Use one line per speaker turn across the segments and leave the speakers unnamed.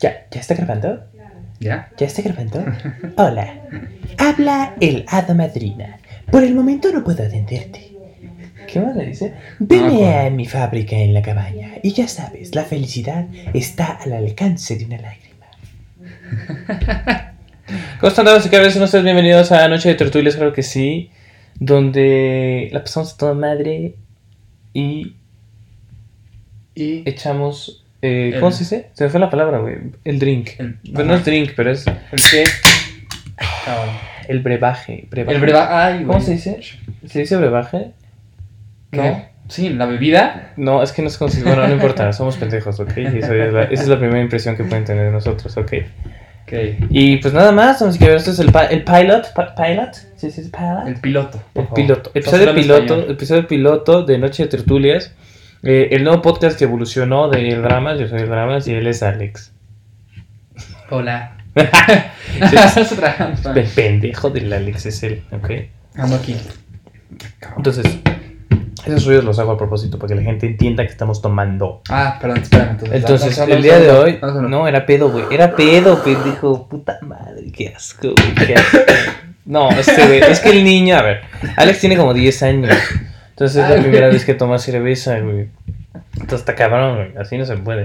¿Ya, ¿Ya está grabando?
¿Ya?
¿Ya está grabando? Hola. Habla el hada madrina. Por el momento no puedo atenderte. ¿Qué más le dice? Veme
Ah,
a mi fábrica en la cabaña y ya sabes, la felicidad está al alcance de una lágrima.
¿Cómo están, damas y caballeros? Sean ustedes bienvenidos a Noche de Tertulias, claro que sí, donde la pasamos a toda madre y
Y el
echamos. eh,
El-
¿Cómo se dice? Se me fue la palabra, güey. El drink.
El-
Pero no es drink, pero es
qué? Cabrón.
el brebaje. brebaje.
El breva... Ay,
¿Cómo
güey.
se dice? ¿Se dice brebaje?
¿Qué?
No.
Sí, la bebida.
No, es que no es como si- Bueno, no importa, somos pendejos, ¿ok? Y esa es, la, esa es la primera impresión que pueden tener de nosotros, ¿ok?
Ok.
Y pues nada más, vamos a ver, esto es el, pi- el pilot. pi- ¿Pilot? ¿Sí, sí, es pilot?
El piloto. por
El
favor.
piloto,
Estás
episodio
hablando
piloto,
español.
episodio piloto de Noche de Tertulias, eh, el nuevo podcast que evolucionó de El Dramas, yo soy El Dramas y él es Alex.
Hola.
Sí,
Es otra trampa.
El pendejo del Alex es él, ¿ok?
Ando aquí.
Entonces, esos ruidos los hago a propósito para que la gente entienda que estamos tomando.
Ah, perdón, espérame.
Entonces,
no, no, no,
el día
no,
de
no,
hoy,
no, no, no.
no, era pedo, güey, era pedo, pendejo, puta madre, qué asco, güey, qué asco. No, este, güey, es que el niño, a ver, Alex tiene como 10 años, entonces es
Ay,
la
güey.
primera vez que toma cerveza, güey. Entonces está cabrón, güey, así no se puede.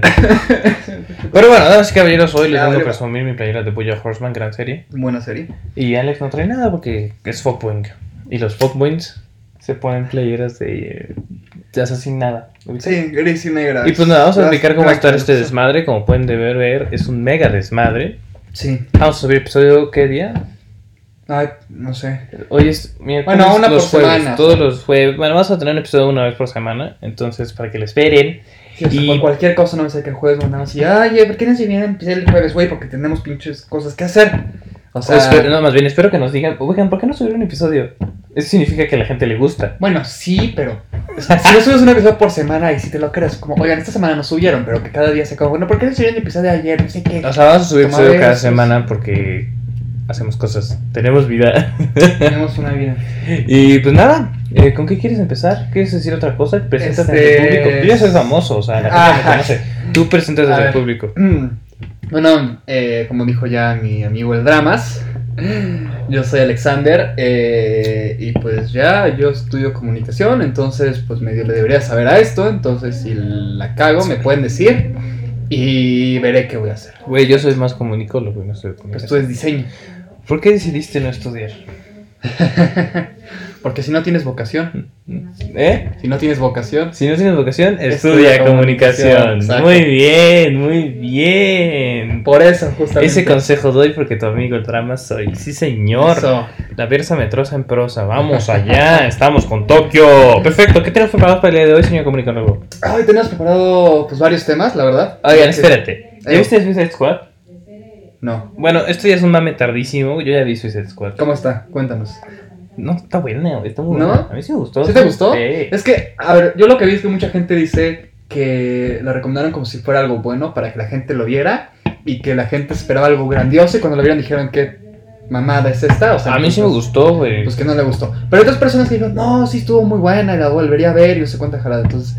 Pero bueno, damas y caballeros, hoy les
Ya,
vengo a
vale.
presumir mi playera de Boya Horseman, gran serie.
Buena serie.
Y Alex no trae nada porque es Fogwing. Y los Fogwings se ponen playeras de, eh, de asesinada.
Sí, gris y negra.
Y pues nada, vamos a
Las
explicar cómo va a estar este
prácticas.
desmadre. Como pueden deber ver, es un mega desmadre.
Sí.
Vamos a subir episodio, ¿qué día?
Ay, no sé.
Hoy es miércoles,
Bueno, una
los
por
jueves,
semana.
todos los jueves. Bueno, vamos a tener un episodio una vez por semana, entonces para que lo esperen.
Sí, o sea,
Y-
por cualquier cosa no me sé que el jueves mandamos así, oye, ¿por qué no se viene a empezar el jueves, güey? Porque tenemos pinches cosas que hacer. O sea,
Espero- no, más bien, espero que nos digan, oigan, ¿por qué no subir un episodio? Eso significa que a la gente le gusta.
bueno, sí, pero o sea, si no subes un episodio por semana y si te lo crees, como, oigan, esta semana no subieron, pero que cada día se acabó. Bueno, ¿por qué no subieron el episodio de ayer? No sé qué.
O sea, vamos a subir
Como
episodio
ves,
cada
pues-
semana porque hacemos cosas, tenemos vida.
Tenemos una vida.
y pues nada, eh, ¿con qué quieres empezar? ¿Quieres decir otra cosa? Preséntate ante
Este-
el público. Tú ya eres famoso, o sea, la gente te
Ajá.
conoce. Tú presentas
A
al
ver.
público.
Mm. Bueno, eh, como dijo ya mi amigo el Dramas, yo soy Alexander eh, y pues ya yo estudio comunicación, entonces pues medio le debería saber a esto, entonces si la cago me pueden decir y veré qué voy a hacer.
Güey, yo soy más comunicólogo y no soy
Pues
comunicólogo.
tú es diseño,
¿Por qué decidiste no estudiar?
porque si no tienes vocación,
¿Eh?
si no tienes vocación,
Si no tienes vocación, estudia,
Estudia
comunicación.
comunicación, exacto.
Muy bien, muy bien.
por eso justamente.
Ese consejo doy porque tu amigo el drama soy. Sí, señor.
Eso.
La versa metrosa en prosa. Vamos allá. Estamos con Tokio. Perfecto. ¿Qué tenemos preparados para el día de hoy, señor comunicólogo?
Ay, tenemos preparado pues varios temas, la verdad.
Oigan,
Que-
espérate. ¿Ya
Eh.
viste Suicide Squad?
No.
Bueno, esto ya es un mame tardísimo. Yo ya vi Suicide Squad.
¿Cómo está? Cuéntanos.
No, está buena. Está muy
¿No?
buena. A mí sí me gustó.
¿Sí te gustó?
Sí.
Es que, a ver, yo lo que vi es que mucha gente dice que la recomendaron como si fuera algo bueno para que la gente lo viera y que la gente esperaba algo grandioso y cuando lo vieron dijeron que mamada es esta. O sea,
A mí sí me
pues,
gustó, güey.
Pues que no le gustó. Pero hay otras personas que dijeron, no, sí estuvo muy buena y la volvería a ver y no sé cuánta jalada. Entonces,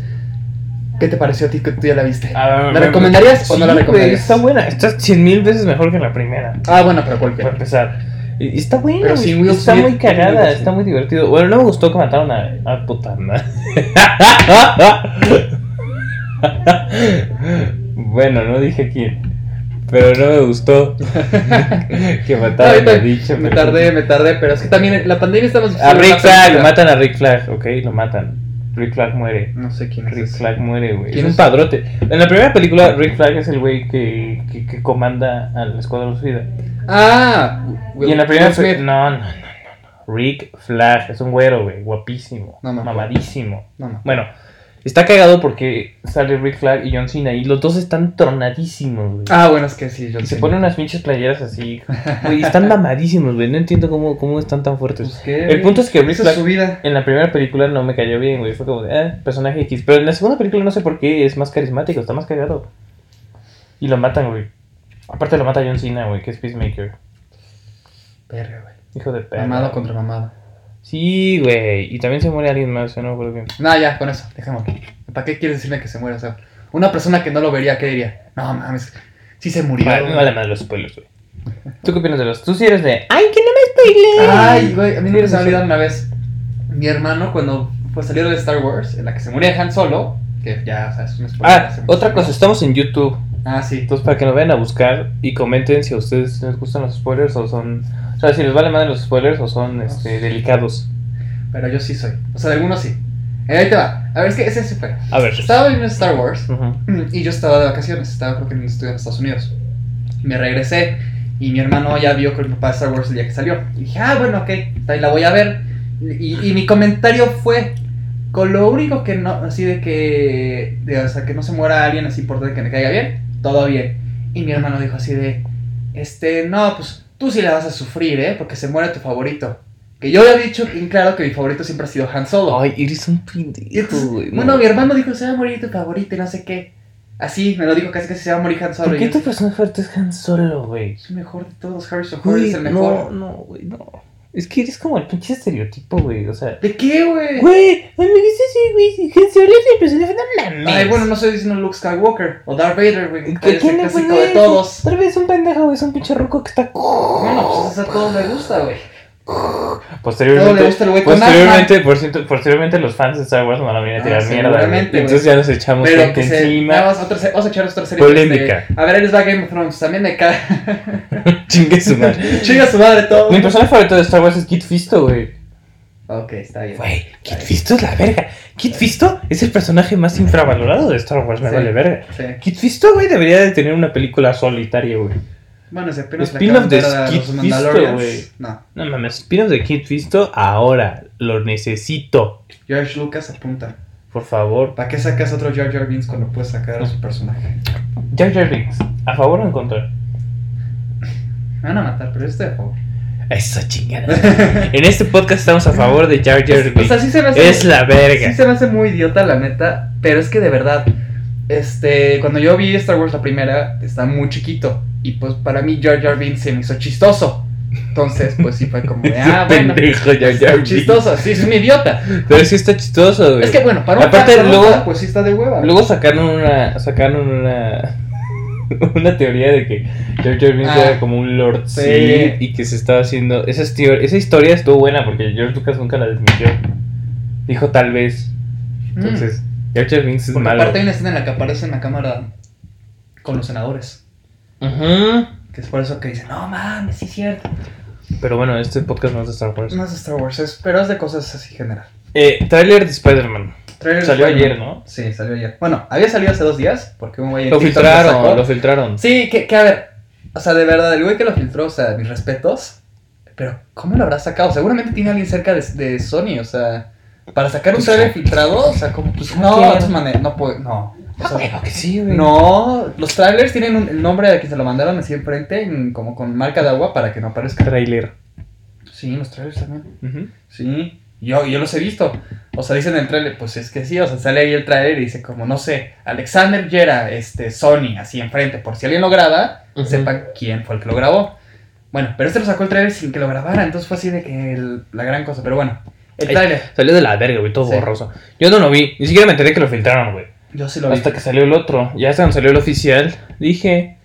¿qué te pareció a ti que tú ya la viste?
A
¿La
ver,
recomendarías o no la
Ah, güey,
recomendarías?
está buena, está cien mil veces mejor que la primera.
Ah, bueno, pero ¿cuál
Para
fue?
empezar. Y- y Está buena,
Pero
güey,
sin Will
está
Smith,
muy
¿qué te
cagada,
digo?
está muy divertido. Bueno, no me gustó que mataron a, a puta madre. bueno, no dije quién. Pero no me gustó que
Ay,
mataron a
me,
dicho.
me tardé, me tardé, pero es que también la pandemia está más...
A Rick Flag,
Flag
matan a Rick Flag, ok, lo matan. Rick Flag muere.
No sé quién es.
Rick
ese.
Flag muere, güey.
¿Quién
Es un
es?
padrote. En la primera película, Rick Flag es el güey que, que, que comanda al Escuadrón Suicida.
Ah,
Y en la primera
Will Smith.
película. No, no, no, no, no. Rick Flag es un güero, güey. Guapísimo.
No me acuerdo.
mamadísimo.
No, no.
Bueno, está cagado porque sale Rick Flag y John Cena. Y los dos están tronadísimos, güey.
Ah, bueno, es que sí, yo
Y se
sí.
ponen unas pinches playeras así. Güey, están mamadísimos, güey. No entiendo cómo, cómo están tan fuertes.
Pues, ¿qué?
El punto es que Rick
Esa es
Flag
su vida.
En la primera película no me cayó bien, güey. Fue como de, ah, personaje X. Pero en la segunda película no sé por qué es más carismático, está más cagado. Y lo matan, güey. Aparte lo mata John Cena, güey, que es Peacemaker.
Perra, güey.
Hijo de perra.
Mamado contra mamada.
Sí, güey. Y también se muere alguien más, yo no me acuerdo bien.
Nada, ya, con eso, dejémoslo. ¿Para qué quieres decirme que se muera? O sea, una persona que no lo vería, ¿qué diría? No mames, Sí se murió.
Vale,
güey.
no le madre los spoilers, güey. ¿Tú qué opinas de los? Tú sí eres de. ¡Ay, que no
Ay, güey, a mí me olvidado una vez. Mi hermano, cuando pues, salió de Star Wars, en la que se moría Han Solo, que ya, o sea, es un
me.!
spoiler.
Ah,
hace mucho
otra
tiempo.
cosa, estamos en YouTube.
Ah, sí.
Entonces, para que nos vayan a buscar y comenten si a ustedes les gustan los spoilers o son. O sea, si les vale madre los spoilers o son este, delicados.
Pero yo sí soy. O sea, de algunos sí. Eh, ahí te va. A ver, es que ese sí fue.
A ver.
Estaba viendo Star Wars
Ujú.
Mm, y yo estaba de vacaciones. Estaba, creo que en un estudio en Estados Unidos. Me regresé y mi hermano ya vio con mi papá Star Wars el día que salió. Y dije, ah, bueno, ok, ahí la voy a ver. Y, y mi comentario fue. Con lo único que no, así de que, de, o sea, que no se muera alguien así importante que me caiga bien, todo bien. Y mi hermano dijo así de, este, no, pues tú sí la vas a sufrir, ¿eh? Porque se muere tu favorito. Que yo había dicho bien claro que mi favorito siempre ha sido Han Solo.
Ay, eres un
Y entonces,
pendejo, güey. no.
bueno, mi hermano dijo, se va a morir tu favorito y no sé qué. Así, me lo dijo casi casi se va a morir Han Solo.
¿Por
Y
qué
yo,
tu personaje favorito es Han Solo, güey?
Es el mejor de todos, Harrison Ford
Güey,
es el
No,
mejor.
no, güey, no. Es que eres como el pinche estereotipo, güey. O sea.
¿De qué, güey?
Güey, a mí me dice así, güey. si Han Solo es el personaje, no mames.
Ay, bueno, no estoy diciendo Luke Skywalker o Darth Vader, güey. que
¿Qué
Es el
tiene,
clásico
güey?
de todos.
Tal vez un pendejo, güey. Es un pinche ruco que está.
Bueno, pues ese a todos les gusta, güey. Todo le
Posteriormente,
gusta el güey con Batman.
posteriormente, por cierto, posteriormente los fans de Star Wars nos van a venir a
Ah,
tirar mierda. güey.
seguramente,
Entonces ya nos echamos
Pero
gente
que se, nada
encima.
más otra se- vamos a echar otra serie.
Polémica.
este, a ver, ahí les va Game of Thrones. También me cae.
Chingue su madre.
Chinga su madre todo.
Mi personaje favorito de Star Wars es Kit Fisto, güey.
Ok, está bien.
Güey, Kit Fisto es la verga. Kit Fisto es el personaje más infravalorado de Star Wars, me
Sí.
vale verga.
Sí.
Kid Fisto, güey, debería de tener una película solitaria, güey.
Bueno, si apenas le
Spin-off
acaban
de
ver a
Skid
los
Fisto,
Mandalorians.
güey.
No,
No mames, spin de Kid Fisto ahora. Lo necesito.
George Lucas apunta.
Por favor.
¿Para qué sacas otro George Jar Binks cuando puedes sacar a su personaje?
Jar Jar Binks, ¿a favor o en contra?
Me van a matar, pero este de favor.
Eso chingada. en este podcast estamos a favor de Jar Jar
este, O sea,
Binks.
sí se me hace.
Es la
Sí
verga.
se me hace muy idiota, la neta, pero es que de verdad, este, cuando yo vi Star Wars la primera, estaba muy chiquito, y pues para mí Jar Jar Binks se me hizo chistoso, entonces pues sí fue como de,
Es
ah,
un
bueno,
pendejo Jar Jar Binks.
chistoso, sí, es un idiota,
Pero sí está chistoso, güey.
es que bueno, para un
Aparte,
para un
luego-
fan, pues sí está de hueva.
Luego sacaron una. Sacaron una. Una teoría de que Jar Jar Binks
Ah,
era como un Lord
sí.
Sith y que se estaba haciendo. Esa, estio- esa historia estuvo buena porque George Lucas nunca la desmintió. Dijo tal vez.
Mm,
Entonces, Jar Jar Binks es
porque
malo.
aparte hay una escena en la que aparece en la cámara con los senadores,
Ujú.
que es por eso que dicen, no mames, sí es cierto,
Pero bueno, este podcast no es de Star Wars.
no es de Star Wars, es- pero es de cosas así general.
Eh, trailer de Spider-Man.
Trailer de
Salió
Spider-Man.
ayer, ¿no?
Sí, salió ayer. Bueno, había salido hace dos días, porque un güey en
Lo
TikTok lo sacó.
filtraron, lo filtraron.
Sí, que, que a ver, o sea, de verdad, el güey que lo filtró, o sea, mis respetos, pero ¿cómo lo habrá sacado? Seguramente tiene alguien cerca de, de Sony, o sea, para sacar
Pues,
un
ah,
trailer filtrado, o sea, como, pues, no,
¿qué?
de todas maneras, no puede, no. O
Ah,
sea,
huevo que sí, güey.
no, los trailers tienen un- el nombre de quien se lo mandaron así enfrente, en- como con marca de agua para que no aparezca.
Trailer.
Sí, los trailers también. Sí, yo, yo los he visto. O sea, dicen en el trailer, pues es que sí, o sea, sale ahí el trailer y dice como, no sé, Alexander Yera, este, Sony, así enfrente, por si alguien lo graba, sepan quién fue el que lo grabó. Bueno, pero este lo sacó el trailer sin que lo grabara, entonces fue así de que el- la gran cosa. Pero bueno, el
Ay.
trailer,
Salió de la verga, güey, todo
Sí.
borroso. Yo no lo vi, ni siquiera me enteré que lo filtraron, güey.
yo sí lo vi.
Hasta que salió el otro. Ya hasta cuando salió el oficial, dije.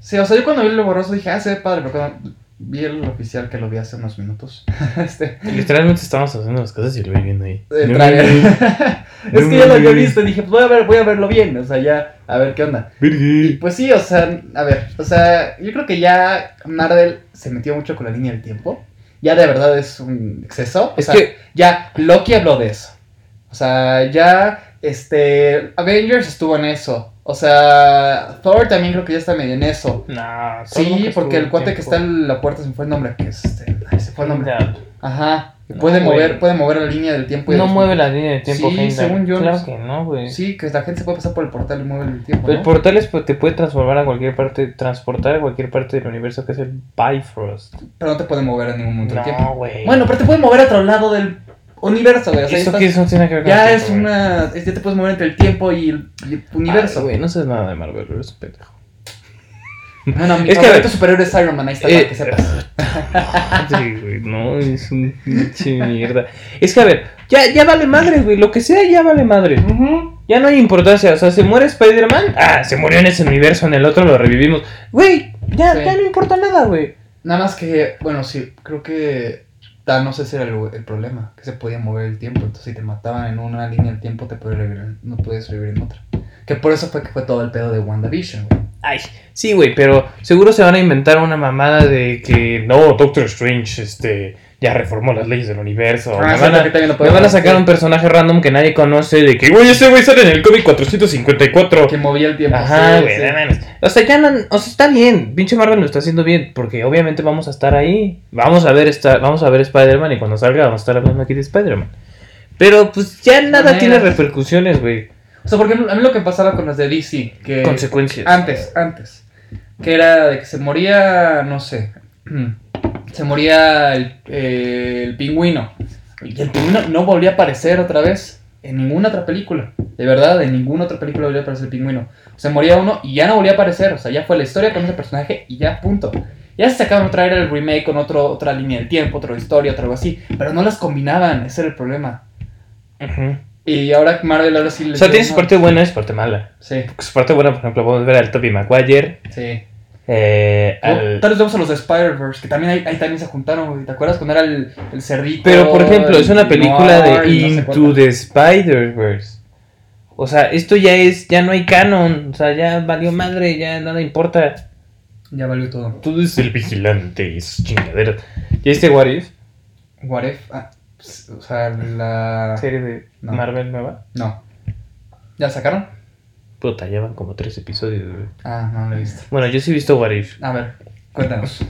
Sí, o sea, yo cuando vi lo borroso dije, ah, se ve padre, pero cuando vi el oficial que lo vi hace unos minutos, este,
Literalmente estábamos haciendo las cosas y lo vi viendo ahí.
el
No,
trailer.
no, no,
es que ya lo había visto y dije, pues voy a, ver, voy a verlo bien, o sea, ya, a ver qué onda. Y
verga.
pues sí, o sea, a ver, o sea, yo creo que ya Nardel se metió mucho con la línea del tiempo. Ya de verdad es un exceso. o
Es
sea,
que.
Ya, Loki habló de eso. O sea, ya, este, Avengers estuvo en eso. O sea, Thor también creo que ya está medio en eso.
Nah, todo lo
Sí,
estuvo
porque el cuate que
tiempo.
está en la puerta se me fue el nombre. Que es este, ay, se fue el nombre.
Heimdall.
Ajá. y
No,
puede
güey.
mover, puede mover la línea del tiempo. y
No
del-
mueve la línea de tiempo,
Pues, Sí,
Heimdall.
según yo,
Claro
no-
que no, güey.
Sí, que la gente se puede pasar por el portal y mueve el tiempo.
El
¿no?
portal es, te puede transformar a cualquier parte, transportar a cualquier parte del universo que es el Bifrost.
Pero no te puede mover en ningún momento del tiempo.
No, güey.
Bueno, pero te puede mover a otro lado del universo, güey. O sea,
Eh, eso
estás-
que eso no tiene que ver con
ya
el
es
tiempo, güey.
una. es- Ya te puedes mover entre el tiempo y el, y el universo.
Ay, güey, no sabes nada de Marvel, eres un pendejo.
No, no, mi
Es que, a
favorito
ver,
superhéroe es Iron Man, ahí está,
eh,
para que sepas.
Madre, güey, no, es un pinche mierda. Es que, a ver, ya, ya vale madre, güey. Lo que sea, ya vale madre.
Ujú.
Ya no hay importancia, o sea, se muere Spider-Man, ah, se murió en ese universo, en el otro lo revivimos. Güey, ya,
Sí.
ya no importa nada, güey.
Nada más que, bueno, sí, creo que Thanos ese era el, el problema, que se podía mover el tiempo. Entonces, si te mataban en una línea del tiempo, te podías revivir, en- no podías revivir en otra. Que por eso fue que fue todo el pedo de WandaVision, güey.
Ay, sí, güey, pero seguro se van a inventar una mamada de que no, Doctor Strange, este, ya reformó las leyes del universo.
Ah,
me,
sí,
van
que
a,
también lo
me
pueden
van a
hacer.
sacar un personaje random que nadie conoce de que, güey, ese güey sale en el cómic 454.
Que movía el tiempo.
Ajá,
sí,
güey,
sí.
no mames. O sea, ya no- o sea, está bien, pinche Marvel lo está haciendo bien, porque obviamente vamos a estar ahí. Vamos a ver esta, vamos a ver Spider-Man y cuando salga vamos a estar hablando aquí de Spider-Man. Pero pues ya nada
maneras.
tiene repercusiones, güey.
O sea, por ejemplo, a mí lo que pasaba con las de DC, que
Consecuencias.
antes, antes, que era de que se moría, no sé, se moría el, eh, el pingüino. Y el pingüino no volvió a aparecer otra vez en ninguna otra película. De verdad, en ninguna otra película volvió a aparecer el pingüino. Se moría uno y ya no volvió a aparecer. O sea, ya fue la historia con ese personaje y ya punto. Ya se sacaban otra era el remake con otro, otra línea del tiempo, otra historia, otra algo así. Pero no las combinaban, ese era el problema.
Ujú.
Y ahora Marvel ahora sí le
O sea,
dio
tienes su
una-
parte buena y su parte mala.
Sí,
Su parte buena, por ejemplo, podemos ver al Tobey Maguire,
sí.
eh,
O
al-
Tal vez vemos a los de Spider-Verse, que también ahí, ahí también se juntaron, güey. ¿Te acuerdas cuando era el, el cerdito?
Pero, por ejemplo, es una
el
película
Noir
de
y no sé
Into
cuántas?
the Spider-Verse. O sea, esto ya es, ya no hay canon. O sea, ya valió madre, ya nada importa.
Ya valió todo.
Tú eres el vigilante y sus chingaderas. ¿Ya viste What If?
What If, ah, pues, o sea, la...
Serie de
Ah, No.
Marvel nueva.
No. ¿Ya la sacaron?
Puta, ya van como tres episodios, güey.
Ah, no lo he visto.
Bueno, yo sí he visto What If.
A ver, cuéntanos.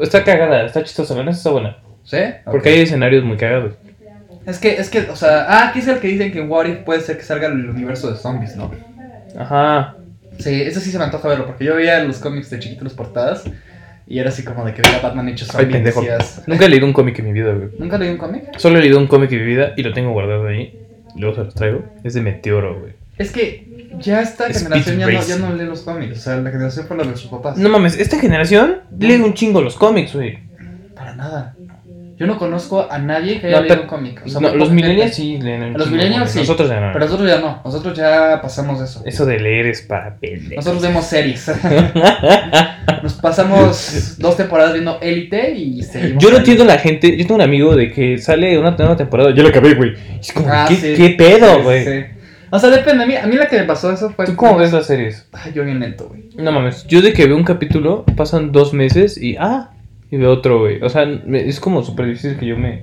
Está cagada, está chistosa, la neta está buena.
¿Sí?
Porque hay escenarios muy cagados.
Es que, es que, o sea... Ah, aquí es el que dicen que en What If puede ser que salga el universo de zombies, ¿no?
Ajá.
Sí, eso sí se me antoja verlo, porque yo veía los cómics de chiquitos las portadas y era así como de que veía a Batman hecho
Ay,
zombie y
pendejo.
decías...
Nunca he leído un cómic en mi vida, güey.
¿Nunca leí un cómic?
Solo he leído un cómic en mi vida y lo tengo guardado ahí. Luego se los traigo. Es de Meteoro, güey.
Es que ya esta
Speed
generación ya no,
Racer.
ya no lee los cómics. O sea, la generación fue la de sus papás.
No mames, esta generación lee un chingo los cómics, güey.
Para nada. Yo no conozco a nadie que haya
No,
leído
pero-
un cómic. O sea,
No,
muy
los
poca gente.
millennials sí leen un
Los
chingo,
millennials
güey.
sí,
Nosotros ya no.
Pero nosotros ya no. Nosotros ya pasamos eso.
Eso de leer es para pendejos.
Nosotros vemos series. Nos pasamos dos temporadas viendo Élite y seguimos.
Yo no
ahí.
entiendo la gente. Yo tengo un amigo de que sale una nueva temporada. Yo la acabé, güey. Es como,
Ah,
¿qué,
sí.
qué pedo,
Sí,
güey?
sí. O sea, depende. A mí, a mí la que me pasó eso fue.
¿Tú cómo ves las series?
Ay, yo bien lento, güey.
No mames. Yo de que veo un capítulo, pasan dos meses y ah, y veo otro, güey. O sea, me- es como súper difícil que yo me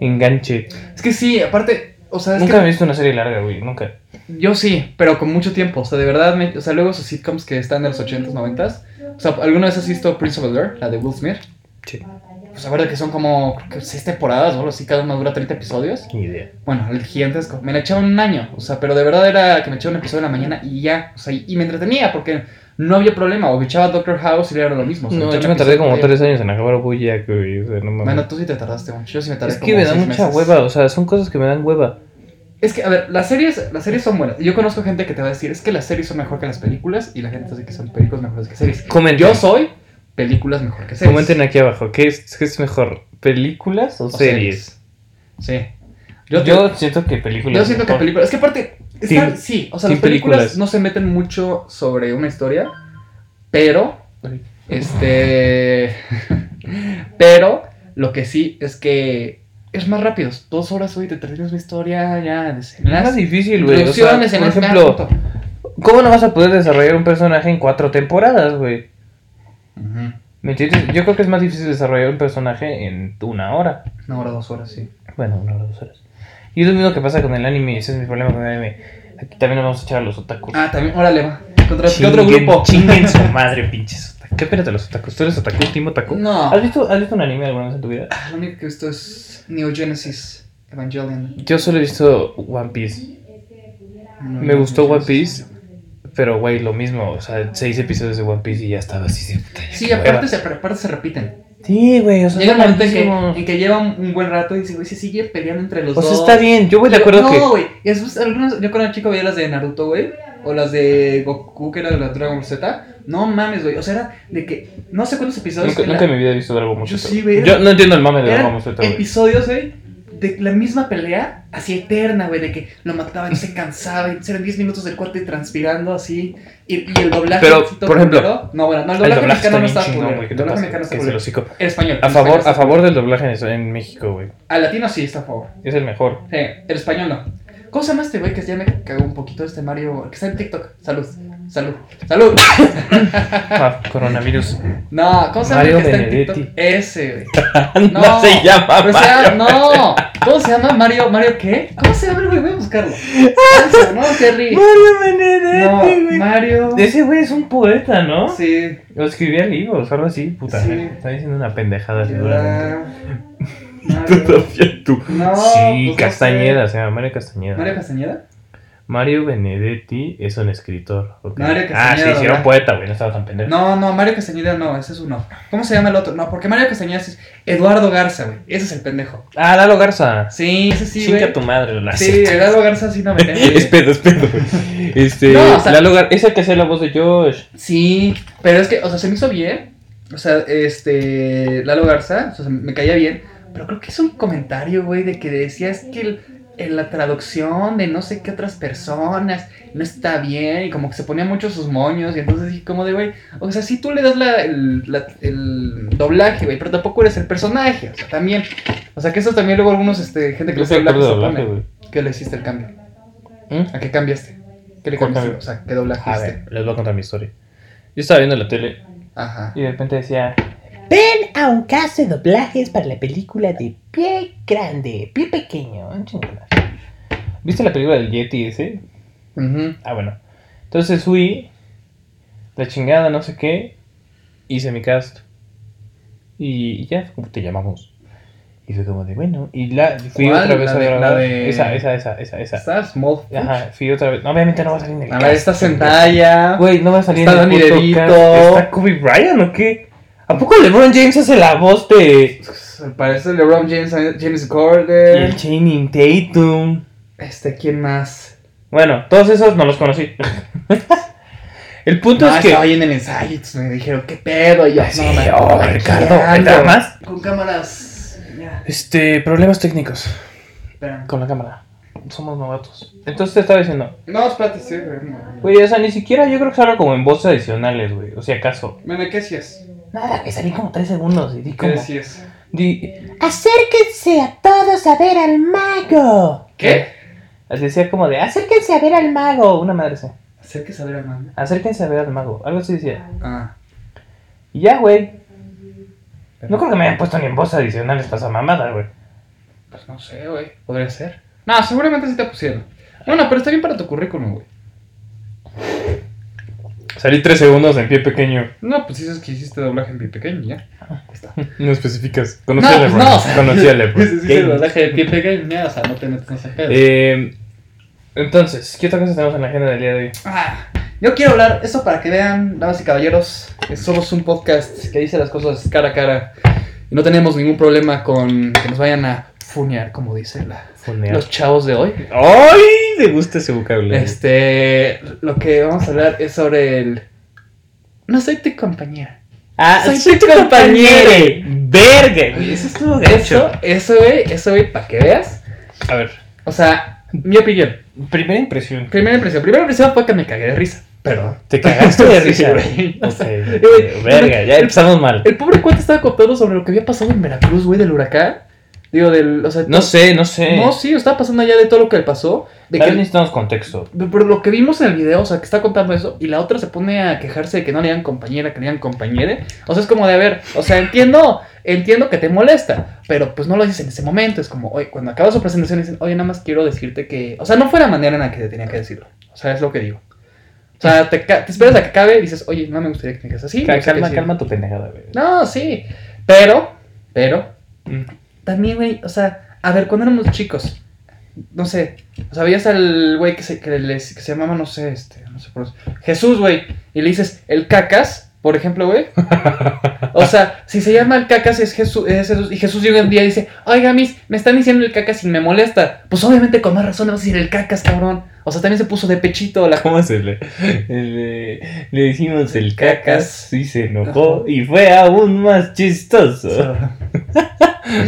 enganche.
Es que sí, aparte. O sea, es
Nunca
que
he visto una serie larga, güey. Nunca.
Yo sí, pero con mucho tiempo. O sea, de verdad, me- o sea, luego esos sitcoms que están de los 80s, 90s. O sea, ¿alguna vez has visto Prince of Bel Air, la de Will Smith?
Che,
Pues a ver, que son como creo que seis temporadas o algo así, cada una dura 30 episodios.
ni idea.
Bueno, el gigantesco. Me la echaba un año, o sea, pero de verdad era que me echaba un episodio en la mañana y ya. O sea, y, y me entretenía porque no había problema. O me echaba Doctor House y era lo mismo. o sea,
No,
echaba
yo
un
me tardé
episodio
como
al día.
tres años en acabar Bojack, güey. O sea, no mames.
Bueno, tú sí te tardaste mucho. Yo sí me tardé
es que me da
seis
mucha
meses.
hueva. O sea, son cosas que me dan hueva.
Es que, a ver, las series, las series son buenas. Yo conozco gente que te va a decir, es que las series son mejor que las películas y la gente dice que son películas mejores que series.
Comenten.
Yo soy películas mejor que series.
Comenten aquí abajo. ¿Qué es, qué es mejor? ¿Películas o,
O
series?
Sí.
Yo,
Yo, te- yo,
siento que películas.
siento que
mejor.
películas. Es que aparte,
Team-
están- sí, o sea, las
team
películas,
películas.
no se meten mucho sobre una historia, pero,
Ay.
este, pero lo que sí es que es más rápido. Dos horas hoy te terminas una historia ya
Es más
desenlace.
difícil, güey. O sea,
introducción,
por
desenlace, ya,
ejemplo,
punto.
¿cómo no vas a poder desarrollar un personaje en cuatro temporadas, güey?
Ujú.
¿Me entiendes? Yo creo que es más difícil desarrollar un personaje en una hora.
Una hora, dos horas, sí.
Bueno, una hora, dos horas. Y es lo mismo que pasa con el anime. Ese es mi problema con el anime. Aquí también nos vamos a echar a los otakus.
Ah, también, órale, va. Contra ¿qué
Chinguen-
otro grupo.
Chinguen su madre, pinches otakus. ¿Qué opinas de los otakus? ¿Tú eres otaku, team otaku?
No.
¿Has visto, ¿Has visto un anime alguna vez en tu vida?
Lo único que he visto es Neo Genesis Evangelion.
Yo solo he visto One Piece.
No,
Me
no,
gustó
no,
One
sí.
Piece. Pero, güey, lo mismo. O sea, seis episodios de One Piece y ya estaba así. de puta, ya
Sí,
qué hueva.
aparte se, pero aparte se repiten.
Sí, güey, o sea,
Llega un
está
momento en
malísimo.
que, en que lleva un, un buen rato y dice, güey, se sigue peleando entre los
O sea,
dos.
está bien, yo voy de acuerdo
no,
que...
güey. es- es- algunas- Yo con el chico veía las de Naruto, güey. O las de Goku, que era de la Dragon Ball Z. No mames, güey. O sea, era de que no sé cuántos episodios.
Nunca,
en la-
nunca en mi vida he visto Dragon Ball
Yo
Z.
sí, güey,
Yo
era-
no entiendo el mame de Dragon
Eran
Ball Z, güey.
episodios, güey, de la misma pelea así eterna, güey, de que lo mataba y no se cansaba, y eran 10 minutos del corte transpirando así, y, y el doblaje.
Pero,
así todo
por ejemplo,
culero. no, bueno, no,
El
el doblaje
doblaje
mexicano
está
no
bien
está
chingón,
culero,
güey.
el
¿Qué te
doblaje
pasa?
mexicano está
Que se
culero.
lo hocico.
El español.
A
el español
favor,
está
a favor del doblaje en, en México, güey.
culero. Al latino sí está a favor.
Es el mejor.
Sí, el español no. ¿Cómo se llama este güey que ya me cagó un poquito este Mario? Que está en TikTok. Salud, salud, salud.
Ah, coronavirus.
No, ¿cómo se llama
Mario
el que está en
Benedetti.
TikTok? Ese, güey.
No, se llama
pero se
Mario.
llama- no. ¿Cómo se llama Mario? ¿Mario qué? ¿Cómo se llama el güey? Voy a buscarlo. Eso, no, Terry.
Mario
No,
Benedetti, güey.
Mario.
Ese güey es un poeta, ¿no?
Sí.
Lo escribía libros, algo así, puta.
Sí.
me Está diciendo una pendejada, seguramente.
¿verdad?
Tú
Mario.
también, tú.
No.
sí,
pues no
Castañeda, se llama Mario Castañeda.
sé. ¿Mario Castañeda?
Mario Benedetti es un escritor. ok.
Mario
ah, sí,
Castañeda,
sí, era un
¿verdad?
poeta, güey, no estaba tan pendejo.
No, no, Mario Castañeda no, ese es uno. ¿Cómo se llama el otro? No, porque Mario Castañeda es Eduardo Garza, güey. Ese es el pendejo.
Ah, Lalo Garza.
Sí, ese sí,
Chinga
güey.
tu madre, la
Sí, Eduardo Garza sí no me
Es
entiende.
pedo, es pedo, güey. Este,
No, o sea-
Lalo Garza, es el que hace la voz de Josh.
Sí, pero es que, o sea, se me hizo bien. O sea, este. Lalo Garza, o sea, me caía bien. Pero creo que es un comentario, güey, de que decías que el- en la traducción de no sé qué otras personas no está bien. Y como que se ponía mucho sus moños. Y entonces dije, como de, güey. O sea, sí tú le das la, el, la- el doblaje, güey, pero tampoco eres el personaje. O sea, también. O sea, que eso también luego algunos, este, gente que
Yo
hace
soy actor de
se
doblaje,
pone.
güey.
¿Qué le hiciste el cambio?
¿Mm?
¿A qué cambiaste? ¿Qué le
¿Cuál
cambiaste?
cambio?
O sea, ¿qué doblaje
A
hiciste?
ver, les voy a contar mi historia. Yo estaba viendo la tele
Ajá.
y de repente decía,
Ven a un caso de doblajes para la película de pie grande, pie pequeño. un chingo de madre.
¿viste la película del Yeti ese?
Ujú.
Ah, bueno. Entonces fui, la chingada, no sé qué, hice mi cast. Y, y ya, fue como, te llamamos. Y fue como de, bueno, y la, fui
¿Cuál?
otra vez
La
a
de- la
grabar.
de-
Esa, esa, esa, esa, esa.
Está Small.
Ajá, fui otra vez. No, obviamente no va a salir en el
A ver, está
cast, güey.
Zendaya.
Güey, no va a salir
Está
en el
Danny
puto
DeVito.
cast. ¿Está Kobe Bryant o qué? ¿A poco LeBron James hace la voz de...
Parece LeBron James, James
Y
Gordon.
el Channing Tatum?
Este, ¿quién más?
Bueno, todos esos no los conocí. el punto
No,
es que...
estaba ahí en el ensayo y pues me dijeron, ¿qué pedo? Y yo,
Sí,
no, me-
oh,
¿qué
Ricardo,
ando?
¿nada más?
Con cámaras. Ya,
Este, problemas técnicos
espera.
con la cámara. Somos novatos. Entonces te estaba diciendo,
No, espérate, sí, güey. no.
güey, o sea, ni siquiera yo creo que salga como en voces adicionales, güey. O sea, acaso.
Bueno, ¿qué decías?
Nada,
Que salí como tres segundos y di
¿Qué
como.
decías?
Di,
Acérquense a todos a ver al mago.
¿Qué?
así decía como de, acérquense a ver al mago. Una madre se.
Hacer que saber a mamá.
Acérquense a ver al mago. Algo así decía.
Ah.
Y ya, güey. No creo que me hayan puesto ni en voces adicionales para esa mamada, güey.
Pues no sé, güey. Podría ser. No, seguramente sí te pusieron. Bueno, pero está bien para tu currículum, güey.
Salí tres segundos en pie pequeño.
No, pues dices que hiciste doblaje en pie pequeño, ya.
No especificas.
No,
Conocí
pues no. o sea,
Conocí a
Sí, sí, sí, el doblaje de pie pequeño, o sea, no te metes con ese pedo.
Eh, entonces, ¿qué otra cosa tenemos en la agenda del día de hoy?
Ah, yo quiero hablar, eso para que vean, damas y caballeros, que somos un podcast que dice las cosas cara a cara. Y no tenemos ningún problema con que nos vayan a funear, como dicen la-
Funear.
los chavos de hoy.
¡Ay! Me gusta ese vocabulario.
Este, lo que vamos a hablar es sobre el... No soy tu compañera.
ah,
soy
soy
tu
tu compañere.
compañere.
Verga. güey, Eso estuvo
Eso,
gacho.
eso, güey, eso, güey, para que veas.
A ver,
O sea, mi opinión,
primera impresión.
primera impresión, primera impresión fue que me cagué de risa. Perdón.
Te cagaste de
Sí,
risa.
güey.
Ok, ok,
güey,
Verga, ya
el-
empezamos mal.
El pobre cuate estaba contando sobre lo que había pasado en Veracruz, güey, del huracán. Digo, del. O sea,
No
to-
sé, no sé.
No, sí, estaba pasando allá de todo lo que le pasó. De
Tal vez
que,
necesitamos contexto.
pero lo que vimos en el video, o sea, que está contando eso, y la otra se pone a quejarse de que no le digan compañera, que le digan compañere. O sea, es como de, a ver, o sea, entiendo, entiendo que te molesta, pero pues no lo dices en ese momento. Es como, oye, cuando acaba su presentación dicen, oye, nada más quiero decirte que. O sea, no fue la manera en la que te tenía que decirlo. O sea, es lo que digo. O sea, te, ca- te esperas a que acabe y dices, oye, no me gustaría que me digas así.
Ca-
me gustaría
calma,
que
calma tu pendejada, güey.
así". No, sí. Pero, pero,
Mm.
también, güey, o sea, a ver, cuando éramos chicos, no sé, o sea, veías al güey que se, que, les- que se llamaba, no sé, este, no sé por Jesús, güey, y le dices el cacas, por ejemplo, güey. O sea, si se llama el cacas es Jesús, es Jesús, y Jesús llega un día y dice, oiga, mis, me están diciendo el cacas y me molesta. Pues obviamente con más razón le vas a decir el cacas, cabrón. O sea, también se puso de pechito la...
¿Cómo se le, le, le hicimos el cacas y se enojó
Ajá.
y fue aún más chistoso?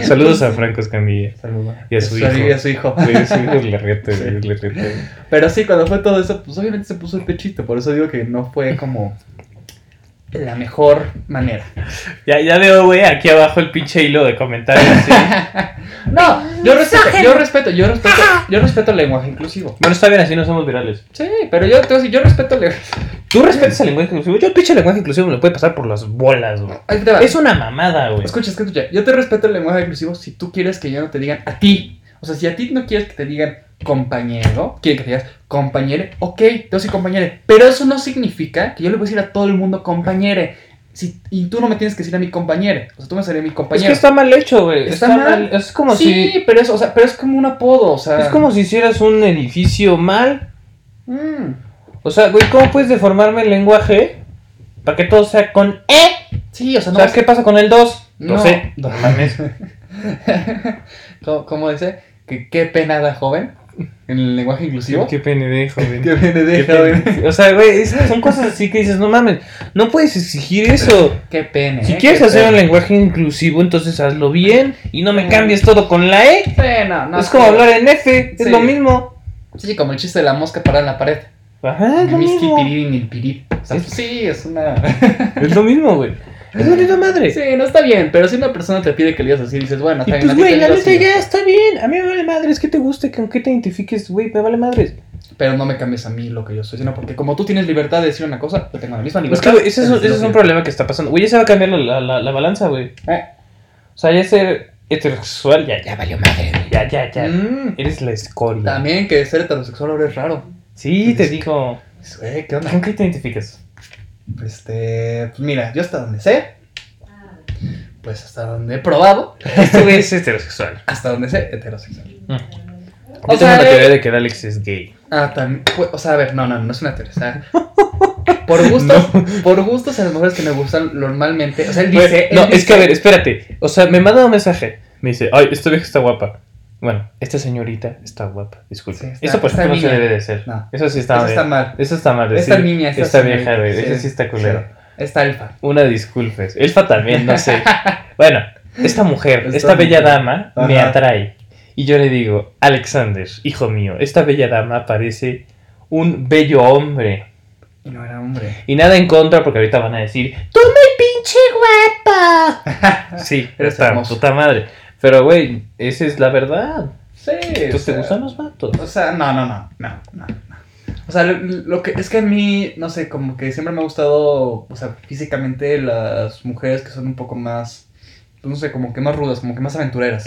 Saludos a Franco Escamilla.
Saludos.
Y a su hijo.
Y a su hijo.
Sí, sí, es la reta, güey, es la reta.
Pero sí, cuando fue todo eso, pues obviamente se puso el pechito. Por eso digo que no fue como la mejor manera.
Ya, ya veo, güey, aquí abajo el pinche hilo de comentarios. sí.
No, yo respeto, yo respeto, yo respeto, yo respeto el lenguaje inclusivo.
Bueno, está bien, así no somos virales.
Sí, pero yo, te voy a decir, yo respeto el lenguaje.
Tú respetas el lenguaje inclusivo. Yo el pinche lenguaje inclusivo me lo puede pasar por las bolas, güey.
Ahí te va.
Es una mamada, güey.
Escucha, escucha, escucha. Yo te respeto el lenguaje inclusivo si tú quieres que ya no te digan a ti. O sea, si a ti no quieres que te digan compañero, quiere que te digas compañere, ok, yo soy compañere. Pero eso no significa que yo le voy a decir a todo el mundo compañere. Si, y tú no me tienes que decir a mi compañere. O sea, tú me serías mi
Es
compañero.
que está mal hecho, güey.
Está
Está,
mal.
mal. Es como
sí,
si.
pero, es, o sea, pero es como un apodo, o sea.
Es como si hicieras un edificio mal.
Mm,
O sea, güey, ¿cómo puedes deformarme el lenguaje para que todo sea con E?
sí, o sea,
O
no
sea,
vas-
¿qué pasa con el 2? No,
No.
sé. No mames.
¿Cómo, cómo dice? Que qué pena da joven en el lenguaje inclusivo.
Qué PND, joven.
Qué pena
Qué
da joven.
pene- O sea, güey, es- son cosas así que dices, no mames, no puedes exigir eso.
Qué pena.
Si
¿eh?
quieres
Qué
hacer un
pena.
lenguaje inclusivo, entonces hazlo bien y no me cambies todo con la E.
Sí, no, Eh. no,
es como
sí.
hablar en F,
Sí.
es lo mismo.
Sí, como el chiste de la mosca parada en la pared.
Ajá, Ah, es lo
Miski,
mismo.
pirín, el pirín. O sea,
Es-
sí, es una.
Es lo mismo, güey. Es la misma madre.
sí, no está bien, pero si una persona te pide que le digas así, dices, bueno,
Y
está bien.
pues,
a ti te
güey, la
digo
neta
así,
ya está bien. A mí me vale madres que te guste, con qué te identifiques, güey, me vale madres.
Pero no me cambies a mí lo que yo soy, sino porque como tú tienes libertad de decir una cosa, yo tengo la misma
Es que,
libertad.
güey, ese es, un-
Entonces,
ese es
lo
un
que-
problema que está pasando. Güey, ya se va a cambiar la, la- la- la balanza, güey.
Eh.
O sea, ya ser heterosexual, ya, ya valió madre, güey. Ya, ya, ya.
Mm,
Eres la escoria.
también que ser heterosexual ahora es raro.
Sí, te digo.
Dices, "Eh, ¿qué onda?
¿Con qué te identificas?
Este, pues mira, yo hasta donde sé, pues hasta donde he probado,
Este güey es heterosexual.
hasta donde sé, heterosexual.
Mm.
O
Yo
sea,
tengo la
eh,
teoría de que Alex es gay.
Ah, también, pues, o sea, a ver, no, no, no es una teoría, o sea, por gustos, por gustos a las mujeres que me gustan normalmente, o sea, él dice,
no,
él dice-
es que a ver, espérate. O sea, me manda un mensaje. Me dice, ay, esta vieja está guapa. Bueno, esta señorita está guapa. Disculpe.
Sí, está-
Eso por
está
ejemplo no se
niña.
debe de hacer.
No.
Eso sí está
eso
mal.
está mal,
Eso está mal.
esta
decir,
niña, esta,
Esta
señorita,
vieja, güey. Eso sí está culero.
sí. Esta alfa,
Una disculpe. Elfa también, no sé. bueno, esta mujer,
Esta
esta, bella
mujer.
dama, me
Ajá.
atrae. Y yo le digo, Alexander, hijo mío, esta bella dama parece un bello hombre.
y no era hombre,
Y nada en contra, porque ahorita van a decir, ¡Tú muy pinche guapa! sí,
Eres
está
hermoso.
puta madre. Pero, güey, esa es la verdad.
sí, o
Entonces,
sea,
¿te gustan los vatos?
O sea, no, no, no, no, no. no. O sea, lo, lo que es que a mí, no sé, como que siempre me ha gustado, o sea, físicamente las mujeres que son un poco más, pues, no sé, como que más rudas, como que más aventureras.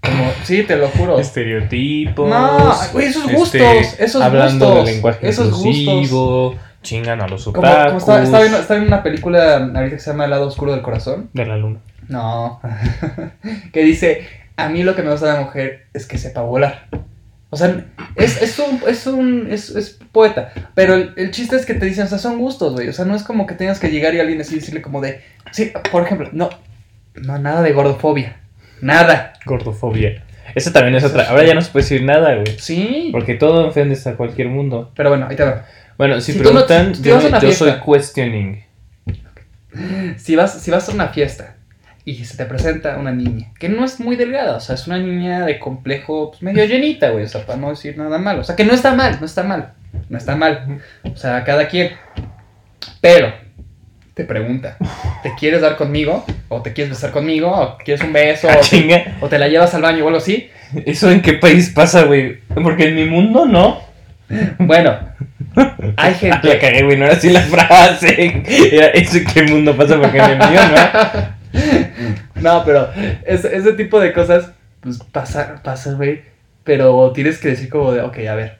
Como, sí, te lo juro.
Este, Estereotipos.
No, güey, esos gustos, esos
hablando
gustos,
de lenguaje
esos gustos.
inclusivo, chingan a los
Como, como
otakus.
estaba, estaba viendo, estaba viendo una película ahorita que se llama El lado oscuro del corazón.
De la luna.
No. que dice, a mí lo que me gusta de la mujer es que sepa volar. O sea, es, es un, es un, es, es poeta. Pero el, el chiste es que te dicen, o sea, son gustos, güey. O sea, no es como que tengas que llegar y a alguien así decirle como de, sí, por ejemplo, no, no, nada de gordofobia. Nada.
Gordofobia. Esa también es otra. Ahora ya no se puede decir nada, güey.
Sí.
Porque todo ofendes a cualquier mundo.
Pero bueno, ahí te va.
Bueno, si,
Si tú no-
preguntan,
si tú
yo,
vas a una
yo
fiesta.
soy questioning.
Si vas, si vas a una fiesta y se te presenta una niña, que no es muy delgada, o sea, es una niña de complejo pues, medio llenita, güey, o sea, para no decir nada malo. O sea, que no está mal, no está mal, no está mal. O sea, cada quien. Pero, te pregunta, ¿te quieres dar conmigo? ¿O te quieres besar conmigo? ¿O quieres un beso?
Ah,
¿O te,
chinga.
o te la llevas al baño o algo así?
¿Eso en qué país pasa, güey? Porque en mi mundo no.
Bueno, hay
Ah, La
gente...
cagué, güey, no era así la frase. Era eso en qué mundo pasa porque en el mío no.
No, pero es- ese tipo de cosas, pues pasa, pasa, güey. Pero tienes que decir como de, ok, a ver,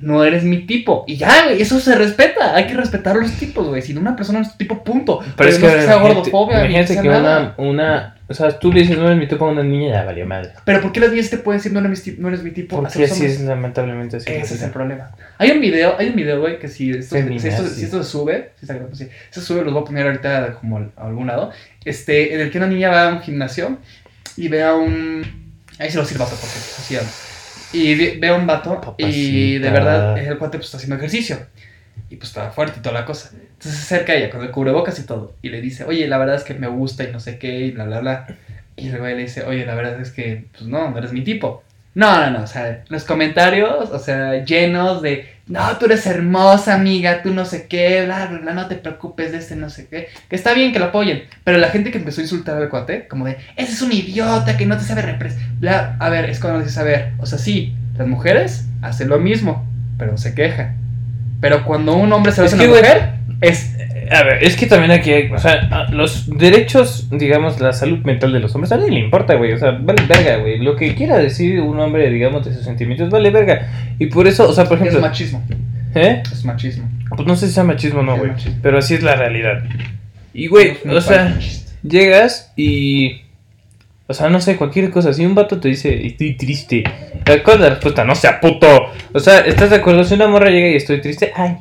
no eres mi tipo. Y ya, güey, eso se respeta. Hay que respetar los tipos, güey. Si una persona no es tu tipo, punto.
Pero, es que,
no sea
imagínate-
gordofobia, ni
imagínate
sea
que
nada.
una, una. O sea, tú le dices, no eres mi tipo a una niña, ya valió madre.
Pero ¿por qué las niñas te pueden decir no eres mi, ti- no eres mi tipo?
Porque
Hacia los
así es,
hombres.
lamentablemente así.
Ese es
es.
el problema. Hay un video, hay un video, güey, que si esto,
Femina,
si esto-
sí.
si esto se sube, si se, si se sube, los voy a poner ahorita como al- a algún lado, este, en el que una niña va a un gimnasio y ve a un... Ahí se lo sirva, por cierto, así anda. Y ve, ve a un vato y de
Papacita.
verdad el cuate pues está haciendo ejercicio. Y pues estaba fuerte y toda la cosa. Entonces se acerca a ella con el cubrebocas y todo. Y le dice, oye, la verdad es que me gusta y no sé qué y bla, bla, bla. Y el güey le dice, oye, la verdad es que, pues no, no eres mi tipo. No, no, no, o sea, los comentarios, o sea, llenos de, no, tú eres hermosa, amiga, tú no sé qué, bla, bla, bla, no te preocupes de este no sé qué. Que está bien que lo apoyen, pero la gente que empezó a insultar al cuate, como de, ese es un idiota que no te sabe representar, bla, a ver, es cuando dices, a ver, o sea, sí, las mujeres hacen lo mismo, pero no se quejan. Pero cuando un hombre se lo
Es
hace a una
que, güey,
mujer, es,
A ver, es que también aquí hay, o sea, a- los derechos, digamos, la salud mental de los hombres, a nadie le importa, güey, o sea, vale verga, güey, lo que quiera decir un hombre, digamos, de sus sentimientos, vale verga, y por eso, o sea, por
es
ejemplo,
machismo,
¿eh?
es machismo.
Pues no sé si sea machismo o no,
Es
güey,
machismo.
pero así es la realidad. Y, güey,
Es un
o sea,
machista.
llegas y, o sea, no sé, cualquier cosa, si un vato te dice, estoy triste, eh, ¿cuál es la respuesta? No sea puto, o sea, ¿estás de acuerdo? Si una morra llega y estoy triste, ay,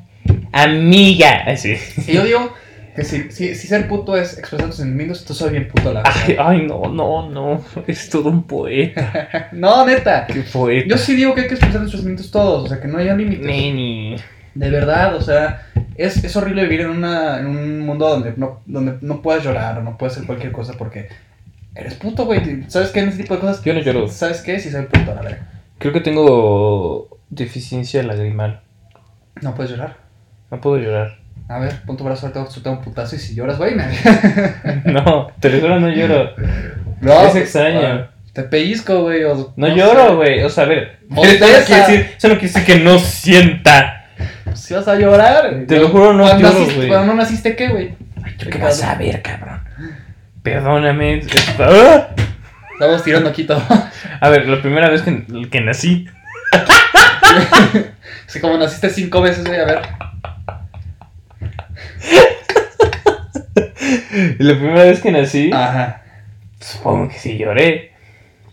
amiga, así.
Y yo digo que si, si, si ser puto es expresar tus sentimientos, tú soy bien puto, la
Ay,
verdad.
ay, no, no, no. Es todo un poeta.
No, neta.
Qué poeta.
Yo sí digo que hay que expresar nuestros sentimientos todos, o sea, que no haya límites.
Neni.
De verdad, o sea, es, es horrible vivir en, una, en un mundo donde no, donde no puedes llorar o no puedes hacer cualquier cosa porque eres puto, güey. ¿Sabes qué? En ese tipo de cosas,
Yo no lloro.
¿sabes qué? Si soy puto, la verdad.
Creo que tengo deficiencia lagrimal.
No puedes llorar.
No puedo llorar.
A ver, pon tu brazo, ahorita te voy a soltar un putazo y si lloras, güey, me...
No, te lo juro, no lloro.
No,
Es extraño.
Te pellizco, güey. o-
No
sé.
lloro, güey. O sea, a ver.
O
Eso no,
sea-
quiere decir, eso no quiere decir que no sienta.
Si vas a llorar.
Te lo juro, no
Cuando
lloro,
naciste-
güey.
Cuando no naciste, ¿qué, güey? ¿Tú qué vas a
ver, cabrón? Perdóname. es- ¡Ah!
Estamos tirando aquí todo.
A ver, la primera vez que, que nací.
Así como naciste cinco veces, güey, a ver.
La primera vez que nací.
Ajá.
Supongo que sí lloré.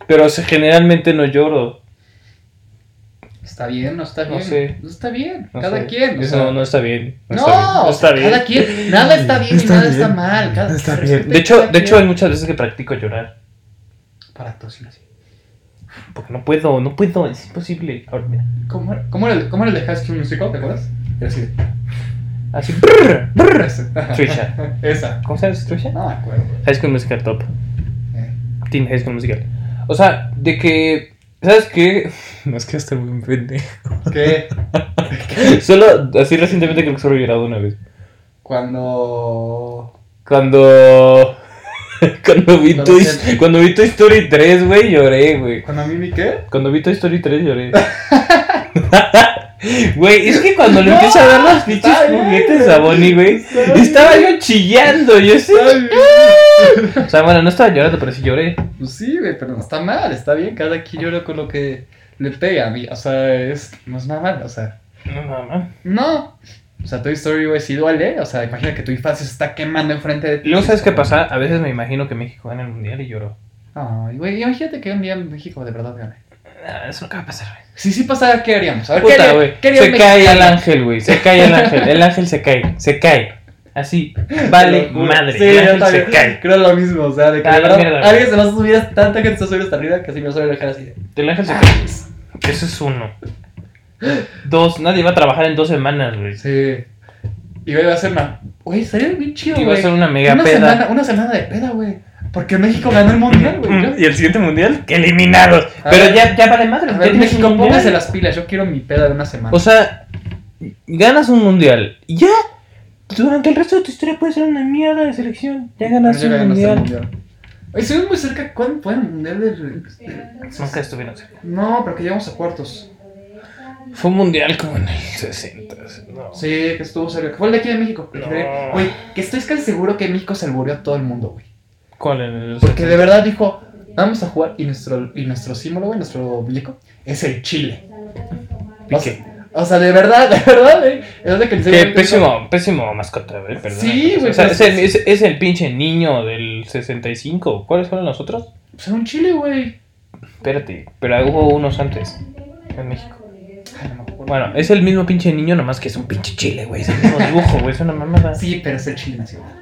Pero o sea, generalmente no lloro.
Está bien, no está
No
bien.
sé.
No está bien.
No
cada
sé.
quien. o
Eso
sea.
no, no está bien.
No,
está bien, no está bien.
cada quien. Nada está bien y
Está
nada
bien.
está mal. Cada,
Está
que
bien.
respete
De hecho,
cada
de hecho hay
quien.
muchas veces que practico llorar.
Para todos, así.
Porque no puedo, no puedo, es imposible. Ahora, mira.
¿Cómo, era- cómo, era el, ¿Cómo era el de High School Musical? ¿Te acuerdas? Era así. de-
Así. brr, brr.
Esa.
Trisha.
Esa.
¿Cómo se llama esa trucha?
No me acuerdo.
High School Musical Top.
Eh.
Team High School Musical. O sea, de que. ¿Sabes qué? No es que estoy muy pendejo.
¿Qué?
Solo así recientemente creo que solo he llorado una vez.
Cuando.
Cuando. Cuando vi,
Cuando
Toy-
se-
cuando vi Toy Story 3, güey, lloré, güey.
¿Cuando a mí me qué?
Cuando vi Toy Story 3 lloré. Güey, es que cuando le
No,
empieza a dar los pinches
está bien,
juguetes a Bonnie, güey,
está bien.
estaba yo chillando, yo sí.
Está bien.
O sea, bueno, no estaba llorando, pero sí lloré.
Pues sí, güey, pero no está mal, está bien, cada quien llora con lo que le pega a mí, o sea, es, no es nada mal, o sea,
No, mamá.
no. O sea, Toy Story, güey, sí duele, o sea, imagina que tu infancia se está quemando enfrente de ti.
Y luego, ¿sabes qué pasa? A veces me imagino que México gana el mundial y lloro.
Ay, güey, imagínate que un día México de verdad gane.
Nah, Ah, eso nunca va a pasar, güey.
Si sí pasara, ¿qué haríamos? A ver, ¿qué
Puta,
haría-
güey.
qué haría
Se
un
cae el
mexicano?
ángel, güey. Se cae el ángel. El ángel se cae. Se cae. Así. Vale,
Te lo juro.
madre.
Sí,
el
yo
ángel se
también
cae.
creo lo mismo, o sea, de que
Ah,
de
la
verdad,
mierda.
alguien se va a subir, hasta- tanta gente se va a subir hasta arriba que así me va a subir a dejar así. de-
El ángel se cae. Eso es uno. Dos. Nadie va a trabajar en dos semanas, güey.
Sí. Y güey, va a ser una. Güey, estaría bien chido,
Iba a
güey.
ser una mega peda.
Semana, una semana de peda, güey. Porque México ganó el mundial, güey. Yo-
Y el siguiente mundial, que eliminados.
A
Pero
ver.
ya, ya vale madre.
A
ya
ver,
tienes un
México,
mundial.
póngase las pilas. Yo quiero mi peda de una semana.
O sea, ganas un mundial. y Ya, durante el resto de tu historia puede ser una mierda de selección. Ya ganas
Pero ya
un
ganaste el
mundial.
mundial. Oye, estuvimos muy cerca. ¿Cuándo fue el mundial de.?
Nunca estuvieron cerca.
No, pero que llegamos a cuartos.
Fue un mundial como en el 60. No.
Sí, que estuvo cerca. que Fue el de aquí de México.
No.
Güey, que estoy casi seguro que México se albureó a todo el mundo, güey.
¿Cuál en el
Porque de verdad dijo, vamos a jugar y nuestro, y nuestro símbolo, güey, nuestro muñeco es el chile. O sea, o sea, de verdad, de verdad, güey. Es de que el
Qué pésimo, pésimo mascota, güey, perdón.
Sí, güey,
O sea,
pero-
es el, es, es el pinche niño del 65. ¿Cuáles fueron los otros?
Pues era un chile, güey.
Espérate, pero hubo unos antes. En México.
Ay, no me acuerdo.
Bueno, es el mismo pinche niño, nomás que es un pinche chile, güey. Es el mismo dibujo, güey. Es una mamada.
Sí, pero es el chile nacional.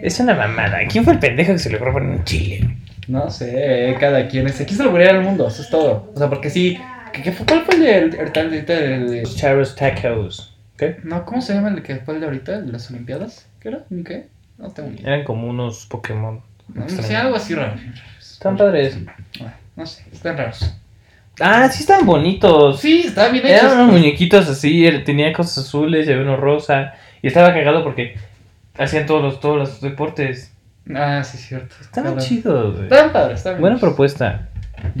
Es una mamada. ¿Quién fue el pendejo que se logró poner un chile? güey?
No sé, eh, cada quien es. Aquí se lo al mundo, eso es todo. O sea, porque sí. ¿qué, qué fue, ¿Cuál fue el de el- ahorita el de- el de-
Los Charros Tacos. ¿Qué?
No, ¿cómo se llama el que fue el de ahorita? el de las Olimpiadas? ¿Qué era? ¿Ni qué? No tengo ni idea.
Eran como unos Pokémon.
No,
Extraño.
sé, algo así raro.
Están padres.
Bueno, No sé, están raros. Pues
Ah, sí están bonitos.
Sí, está bien hecho.
Eran unos muñequitos así, él tenía cosas azules y había uno rosa. Y estaba cagado porque hacían todos los, todos los deportes.
Ah, sí, es cierto.
Estaban
Claro.
chidos, güey.
Estaban padres, estaban bien
Buena
hechos.
propuesta.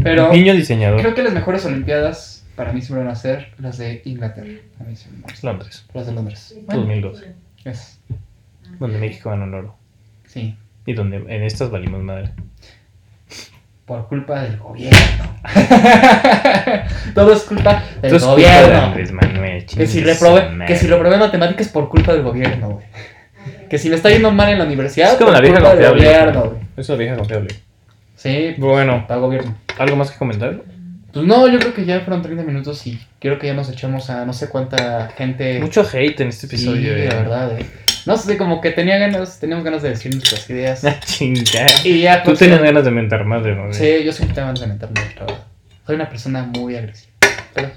Pero-
Niño diseñador.
Creo que las mejores Olimpiadas para mí siempre van a ser las de Inglaterra. A mí siempre me gustan.
Londres,
Las de Londres.
Pues,
Bueno,
2012.
es-
Donde México ganó el oro.
sí,
Y donde en estas valimos madre.
por culpa del gobierno. Todo es culpa del
Esto es culpa de
gobierno.
Andrés Manuel.
que, si
chingue su
reprobé,
madre.
que si reprobé matemáticas por culpa del gobierno, güey. Que si me está yendo mal en la universidad
Es como
por
la vieja
culpa del
confiable.
gobierno, güey.
Es una vieja confiable.
Sí,
Bueno,
está gobierno.
¿algo más que comentar?
Pues no, yo creo que ya fueron 30 minutos y creo que ya nos echamos a no sé cuánta gente.
Mucho hate en este episodio.
Sí,
eh.
la verdad, eh. No sé, como que tenía ganas, teníamos ganas de decir nuestras ideas.
Ah, chinga.
y ya,
Tú
pues,
tenías ganas de mentar madre, ¿no?
Sí, yo siempre tengo ganas de mentarme la verdad. Soy una persona muy agresiva. Pero,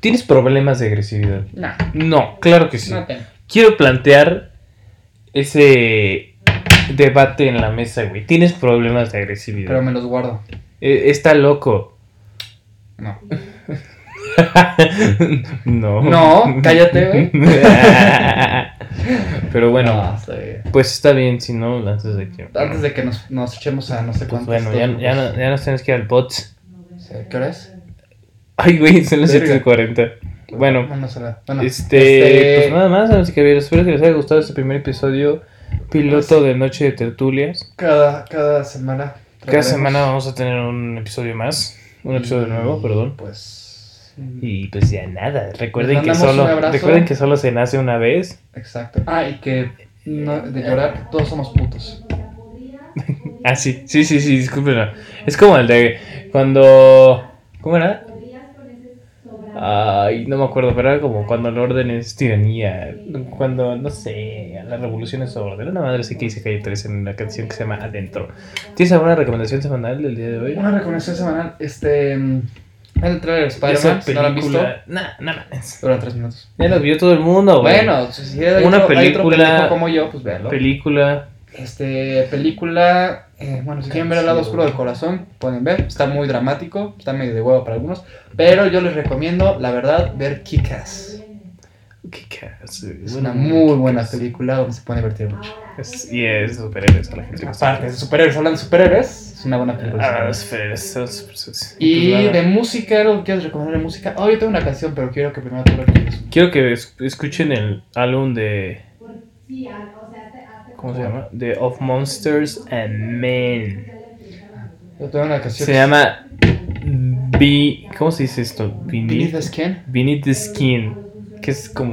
¿Tienes problemas de agresividad?
no,
No, claro que sí.
no tengo.
Quiero plantear ese debate en la mesa, güey. ¿Tienes problemas de agresividad?
Pero me los guardo.
Eh, está loco.
No.
no. Oh.
No, cállate,
Pero bueno,
No, está bien.
pues está bien, si no, antes de que...
este, Antes de que nos, nos echemos a no sé
Pues
cuántos.
bueno, ya, ya, no- ya nos tienes que ir al bots.
Sí, ¿Qué hora es?
Ay, güey, son las
Verga.
7.40. Bueno,
Ah, No, no se la- bueno,
Este,
este,
pues nada más, así que espero que les haya gustado este primer episodio piloto de Noche de Tertulias.
cada, cada semana.
Cada
trataremos-
semana vamos a tener un episodio más, un episodio nuevo, perdón.
Pues.
Y pues ya nada, recuerden
Les
que
mandamos
solo
un abrazo.
recuerden que solo se nace una vez.
Exacto. Ah, y que no- de llorar, todos somos putos.
Ah, sí, sí, sí, sí, discúlpenlo. Es como el de cuando ¿cómo era? Ay, no me acuerdo, pero era como cuando el orden es tiranía, cuando, no sé, la revolución es orden. Una madre sé que dice que hay tres en una canción que se llama Adentro. ¿Tienes alguna recomendación semanal del día de hoy?
Una recomendación semanal, este. mm, Vean el trailer de Spider-Man,
Esa
si no lo han visto,
película- Nah, no mames.
dura tres minutos.
Ya lo vio todo el mundo, güey.
Bueno, si si hay
Una
otro- hay otro
película-
pendejo como yo, pues véanlo.
Película.
Este, película, eh, bueno, si quieren ver el lado oscuro del corazón, pueden ver, está muy dramático, está medio de huevo para algunos, pero yo les recomiendo, la verdad, ver Kikas.
¿Qué caras, güey?
Es
Bueno,
una muy buena
Kick-Ass.
película donde se puede divertir mucho.
Es- Y es superhéroes a la gente.
Aparte de superhéroes, hablando de superhéroes, es una buena
Ah,
película.
los superhéroes son superhéroes.
Y
Pues,
de
nada.
música, ¿algo que quieres recomendar de música? Oh, yo tengo una canción, pero quiero que primero tú la recomiendes.
Quiero que es- escuchen el álbum de. ¿Cómo se llama? De Of Monsters and Men.
Yo tengo una canción.
Se llama. Be... ¿Cómo se dice esto?
Beneath
Beneath,
the Skin,
Beneath the Skin. Que es como.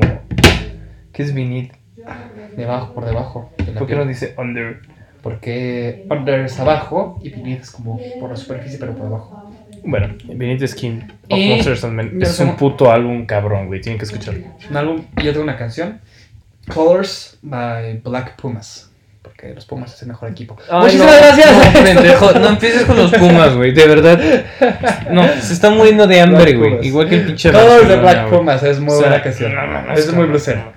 ¿Qué es beneath?
debajo, por debajo. de la
¿Por qué
piel.
no dice under?
Porque under es abajo y beneath es como por la superficie, pero por debajo.
Bueno, Beneath the Skin of
Y-
Monsters and Men
yo
es
tengo-
un puto álbum cabrón, güey. Tienen que escucharlo.
un álbum y yo tengo una canción Colors by Black Pumas porque los Pumas es el mejor equipo muchísimas gracias
No, pendejo, no empieces con los Pumas, güey. De verdad. No, se está muriendo de hambre,
Black
güey.
Pumas.
Igual que el pinche.
Colors de
Barcelona,
Black
güey.
Pumas es muy
O sea,
buena canción
no, no, no,
es
es
muy
que-
blusero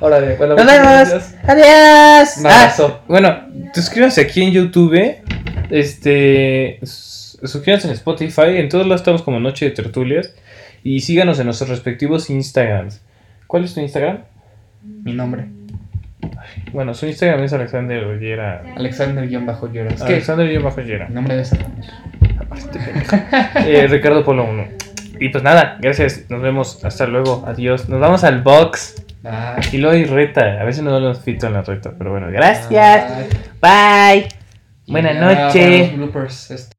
ahora bien bueno
Nos
muchas
vemos.
gracias.
Adiós.
Un
Ah,
abrazo.
Bueno, suscríbanse aquí en YouTube. Este. s- Suscríbanse en Spotify. En todos lados estamos como Noche de Tertulias. Y síganos en nuestros respectivos Instagrams. ¿Cuál es tu Instagram?
mi nombre
Bueno, su Instagram es Alexander Ollera.
Alexander guión bajo Llora es que
Alexander Guión bajo Llera.
mi nombre de esa
Eh, Ricardo Polo 1. Y pues nada, gracias. Nos vemos. Hasta luego. Adiós. Nos vamos al box.
Ah,
Y luego hay reta. A veces no los fito en la reta. Pero bueno,
ah,
gracias. Bye.
y
Buenas
ya, para
noches.
los bloopers, este.